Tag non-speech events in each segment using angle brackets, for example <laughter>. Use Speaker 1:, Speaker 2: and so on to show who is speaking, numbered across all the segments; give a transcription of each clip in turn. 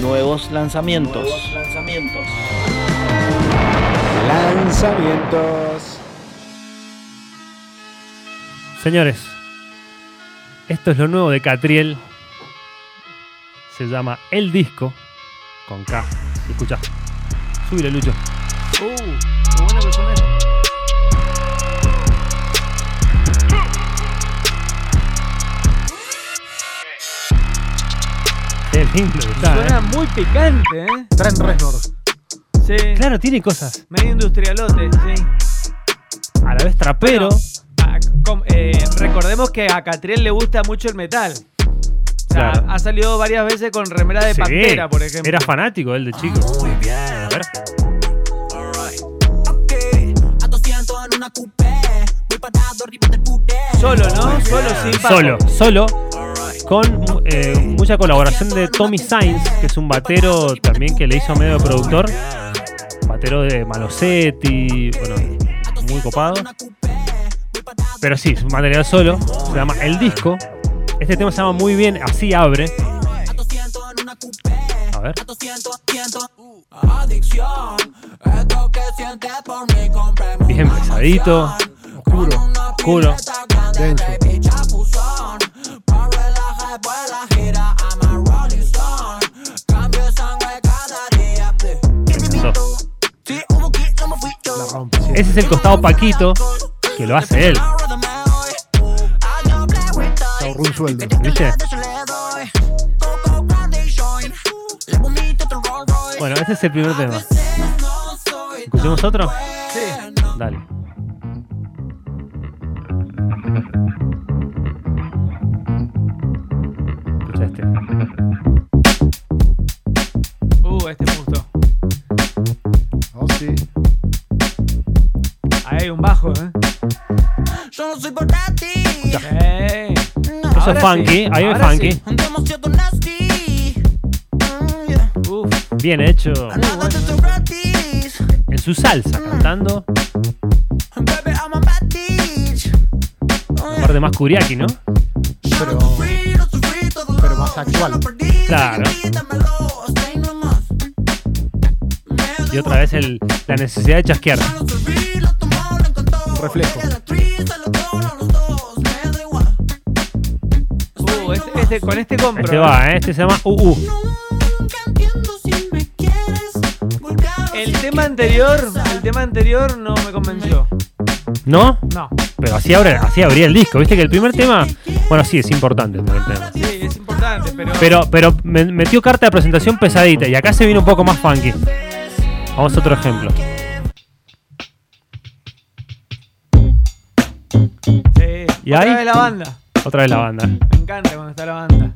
Speaker 1: Nuevos lanzamientos.
Speaker 2: Nuevos lanzamientos.
Speaker 3: Lanzamientos.
Speaker 4: Señores, esto es lo nuevo de Catriel. Se llama El Disco con K. Escucha. Súbile, Lucho. Uh, qué buena persona Qué lindo que está,
Speaker 2: Suena
Speaker 4: eh.
Speaker 2: muy picante, ¿eh?
Speaker 3: Trent Reznor.
Speaker 2: Sí.
Speaker 4: Claro, tiene cosas.
Speaker 2: Medio industrialote, sí.
Speaker 4: A la vez trapero.
Speaker 2: Ah, com- eh, recordemos que a Catriel le gusta mucho el metal. O sea,
Speaker 4: Claro.
Speaker 2: ha salido varias veces con remera de
Speaker 4: Sí,
Speaker 2: pantera, por ejemplo.
Speaker 4: Era fanático él de chico.
Speaker 5: Muy
Speaker 4: A
Speaker 5: bien.
Speaker 4: ver.
Speaker 5: Ok. A 200 en una coupé. Voy parado arriba del puré.
Speaker 2: Solo, ¿no? Solo, sin bajo.
Speaker 4: Solo, solo. Con eh, mucha colaboración de Tommy Sainz, que es un batero también que le hizo medio productor. Batero de Malosetti, bueno, muy copado. Pero sí, es un material solo. Se llama El Disco. Este tema se llama muy bien, así abre. A ver.
Speaker 5: Adicción. Esto que sientes por mí compremos.
Speaker 4: Bien pesadito.
Speaker 3: Oscuro.
Speaker 4: Oscuro.
Speaker 3: Denso. La rompe.
Speaker 4: Eso.
Speaker 3: sí.
Speaker 4: Ese es el costado Paquito, que lo hace él.
Speaker 3: Se ahorró un sueldo.
Speaker 4: ¿Viste? Bueno, ese es el primer tema. ¿Escuchemos otro?
Speaker 2: Sí.
Speaker 4: Dale. Escucha este.
Speaker 2: Uh, este me gustó.
Speaker 3: Oh, sí.
Speaker 2: Ahí hay un bajo, ¿eh?
Speaker 5: Yo no soy para ti.
Speaker 2: Eh.
Speaker 4: Eso
Speaker 2: Ahora
Speaker 4: es funky,
Speaker 2: sí,
Speaker 4: ahí es
Speaker 2: ahora
Speaker 4: funky.
Speaker 2: sí.
Speaker 5: Demasiado nasty. Mm, yeah.
Speaker 2: Uf,
Speaker 4: Bien hecho.
Speaker 5: Nada de eso gratis.
Speaker 4: En su salsa, cantando.
Speaker 5: Baby, I'm a bad bitch. Mm,
Speaker 4: Aparte más Kuriaki, ¿no?
Speaker 5: yeah.
Speaker 3: Pero-
Speaker 5: Yo no sufrí, no sufrí todo lo-
Speaker 3: pero más actual.
Speaker 5: yo lo perdí,
Speaker 4: Claro.
Speaker 5: quítamelo, hasta ahí nomás. Mm, me da
Speaker 4: Y otra vez
Speaker 5: igual.
Speaker 4: el, la necesidad de chasquear.
Speaker 5: Yo no sufrí, lo tomó, lo encontró.
Speaker 3: Reflejo.
Speaker 5: Ella era triste, lo dona a los dos, me da igual.
Speaker 2: uh, este, este- con este compro.
Speaker 4: Este va, ¿eh? Este se llama UU.
Speaker 5: Nunca entiendo si me quieres, porque ahora
Speaker 2: El
Speaker 5: sí
Speaker 2: tema
Speaker 5: que
Speaker 2: anterior,
Speaker 5: piensas.
Speaker 2: el tema anterior no me convenció.
Speaker 4: ¿No?
Speaker 2: No.
Speaker 4: Pero así, abre, así abría el disco. Viste que el primer tema. Bueno, sí, es importante el primer tema.
Speaker 2: Sí, es importante, pero.
Speaker 4: Pero, pero me- metió carta de presentación pesadita. Y acá se viene un poco más funky. Vamos a otro ejemplo.
Speaker 2: Sí.
Speaker 4: ¿Y
Speaker 2: Otra
Speaker 4: ahí?
Speaker 2: vez la banda.
Speaker 4: Otra vez la banda.
Speaker 2: Me encanta cuando está la banda.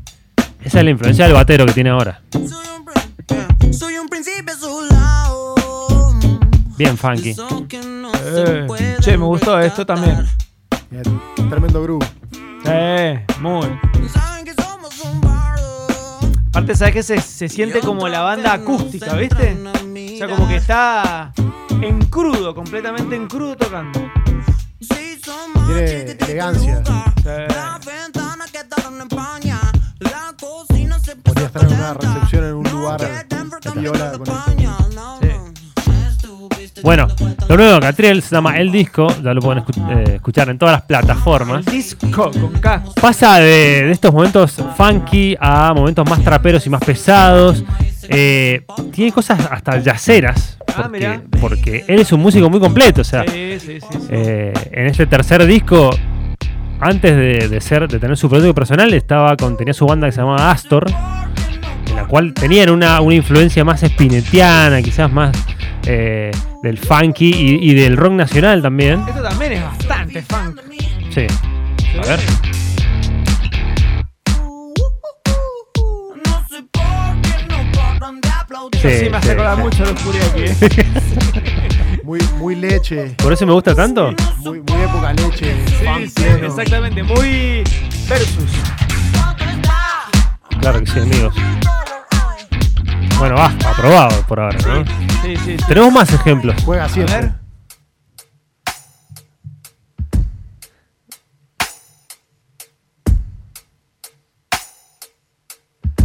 Speaker 4: Esa es la influencia del batero que tiene ahora.
Speaker 5: Soy un, prin- eh, soy un príncipe azulado.
Speaker 4: Bien funky.
Speaker 5: Eso que no
Speaker 2: Eh,
Speaker 5: se puede
Speaker 2: che, me gustó esto también.
Speaker 3: Bien. Tremendo groove.
Speaker 2: Sí, muy.
Speaker 5: rescatar. Saben que somos un bardo.
Speaker 2: Aparte, ¿sabes qué? Se, se siente como la banda acústica, ¿viste? O sea, como que está en crudo, completamente en crudo tocando.
Speaker 5: Sí, somos
Speaker 3: Tiene
Speaker 5: chiquititos,
Speaker 3: elegancia.
Speaker 5: Las ventanas quedaron en paña. La cocina se puso
Speaker 3: Podría estar en una
Speaker 5: contenta.
Speaker 3: recepción en un lugar
Speaker 5: que Denver
Speaker 3: de
Speaker 5: cambió
Speaker 3: piola
Speaker 5: de
Speaker 3: con esto.
Speaker 5: paña, no, no. Estuviste
Speaker 4: Bueno,
Speaker 5: yendo
Speaker 4: lo nuevo de Catriel se llama El Disco. Ya lo pueden escu- eh, escuchar en todas las plataformas.
Speaker 2: Disco con K.
Speaker 4: Pasa de, de estos momentos funky a momentos más traperos y más pesados. Eh, tiene cosas hasta yaceras.
Speaker 2: Ah,
Speaker 4: Porque,
Speaker 2: mirá.
Speaker 4: porque él es un músico muy completo. O sea,
Speaker 2: Sí, sí, sí. sí.
Speaker 4: Ah. Eh, en este tercer disco, antes de, de ser, de tener su proyecto personal, estaba con, tenía su banda que se llamaba Astor, en la cual tenían una, una influencia más espinetiana, quizás más eh, del funky y, y del rock nacional también.
Speaker 2: Esto también es
Speaker 4: Este
Speaker 2: bastante funk.
Speaker 4: Sí. A ver.
Speaker 5: No sé por qué no paran de aplaudir.
Speaker 4: Sí,
Speaker 2: Sí, me hace
Speaker 4: sí,
Speaker 2: acordar
Speaker 4: sí.
Speaker 2: mucho a los Kuriaki, ¿eh?
Speaker 3: Muy, muy leche.
Speaker 4: Por eso me gusta tanto.
Speaker 3: Muy, muy época leche. fan
Speaker 2: Sí, sí,
Speaker 3: pleno.
Speaker 2: exactamente. Muy versus.
Speaker 4: Claro que sí, amigos. Bueno, va, aprobado por ahora, ¿no?
Speaker 2: Sí, sí, sí.
Speaker 4: Tenemos más ejemplos.
Speaker 3: Juega
Speaker 2: A
Speaker 3: siempre.
Speaker 2: ver.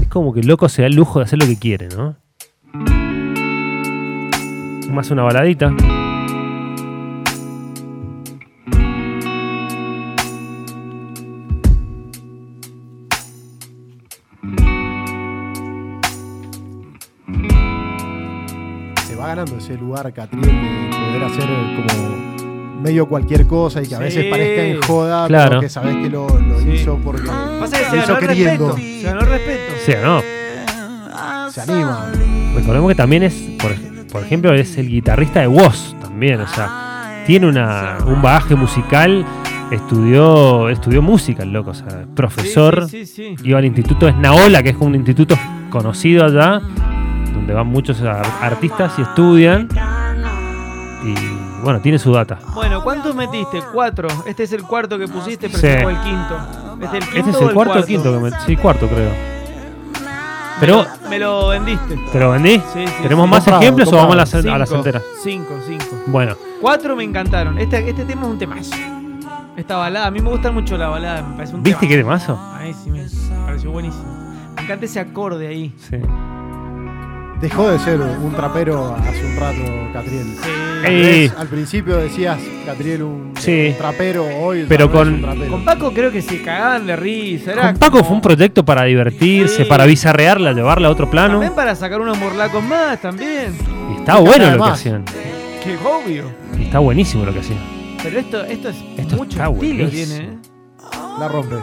Speaker 4: Es como que el loco se da el lujo de hacer lo que quiere, ¿no? Más una baladita.
Speaker 3: Se va ganando ese lugar, Catriel, de poder hacer como medio cualquier cosa y que a veces
Speaker 2: Sí.
Speaker 3: parezca en joda,
Speaker 4: Claro.
Speaker 3: pero que sabes que lo, lo
Speaker 2: Sí.
Speaker 3: hizo porque
Speaker 2: Pasa que
Speaker 3: lo
Speaker 2: se ganó
Speaker 3: hizo
Speaker 2: el
Speaker 3: queriendo.
Speaker 2: respeto. Se ganó el respeto.
Speaker 4: Sí, ¿no?
Speaker 3: Se anima.
Speaker 4: Recordemos que también es, por, ej- por ejemplo, es el guitarrista de Woz también, o sea, tiene una, un bagaje musical, estudió, estudió música el loco, o sea, profesor,
Speaker 2: Sí, sí, sí, sí.
Speaker 4: iba al instituto Esnaola, que es como un instituto conocido allá, donde van muchos ar- artistas y estudian, y bueno, tiene su data.
Speaker 2: Bueno, ¿cuántos metiste? Cuatro. Este es el cuarto que pusiste, pero
Speaker 4: Sí.
Speaker 2: este fue el quinto. Este, el quinto
Speaker 4: Este es
Speaker 2: o
Speaker 4: el cuarto o quinto, que me- sí, cuarto creo. Pero,
Speaker 2: Me lo vendiste.
Speaker 4: ¿te lo vendí?
Speaker 2: Sí, sí,
Speaker 4: ¿Tenemos
Speaker 2: sí.
Speaker 4: más
Speaker 3: Comprado,
Speaker 4: ejemplos o vamos a las,
Speaker 2: Cinco,
Speaker 4: a las enteras?
Speaker 2: Cinco, cinco.
Speaker 4: Bueno,
Speaker 2: Cuatro me encantaron. Este, este tema es un temazo. Esta balada, a mí me gusta mucho la balada, me parece un
Speaker 4: ¿viste qué
Speaker 2: temazo.
Speaker 4: temazo?
Speaker 2: Ay, sí, me pareció buenísimo. Me encanta ese acorde ahí.
Speaker 4: Sí.
Speaker 3: Dejó de ser un trapero hace un rato, Catriel.
Speaker 2: Sí.
Speaker 4: Ey.
Speaker 3: Antes, Al principio decías, Catriel, un
Speaker 4: Sí.
Speaker 3: trapero, hoy
Speaker 4: Pero
Speaker 3: Catriel
Speaker 4: con-
Speaker 3: es un trapero.
Speaker 2: Con Paco creo que se cagaban de risa. Era
Speaker 4: Con Paco
Speaker 2: como-
Speaker 4: fue un proyecto para divertirse,
Speaker 2: Sí.
Speaker 4: para bizarrearla, llevarla a otro plano.
Speaker 2: También para sacar unos morlacos más también.
Speaker 4: Y está bueno lo que
Speaker 3: además.
Speaker 4: hacían.
Speaker 2: Que obvio.
Speaker 4: Y está buenísimo lo que hacían.
Speaker 2: Pero esto, esto es
Speaker 4: Esto
Speaker 2: mucho
Speaker 4: está
Speaker 2: estilo
Speaker 4: buenísimo.
Speaker 2: tiene, ¿eh?
Speaker 3: La rompe.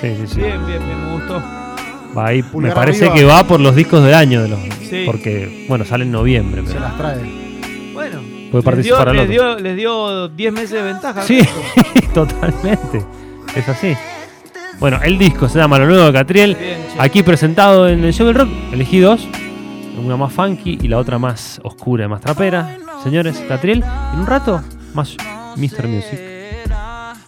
Speaker 4: Sí, sí, sí.
Speaker 2: Bien, bien, bien, me gustó.
Speaker 4: Va ahí, me
Speaker 3: Pulgar
Speaker 4: parece
Speaker 3: arriba.
Speaker 4: que va por los discos del año de los.
Speaker 2: Sí.
Speaker 4: Porque, bueno, sale en noviembre.
Speaker 3: Se
Speaker 4: pero-
Speaker 3: las trae.
Speaker 2: Bueno. les, dio,
Speaker 4: participar al
Speaker 2: les,
Speaker 4: otro.
Speaker 2: dio, les dio 10 meses de ventaja.
Speaker 4: Sí, <laughs> totalmente. Es así. Bueno, el disco se llama Lo Nuevo de Catriel.
Speaker 2: Bien, che.
Speaker 4: Aquí presentado en el show del rock. Elegí dos. Una más funky y la otra más oscura, más trapera. Señores, Catriel, en un rato, más Mr. Music.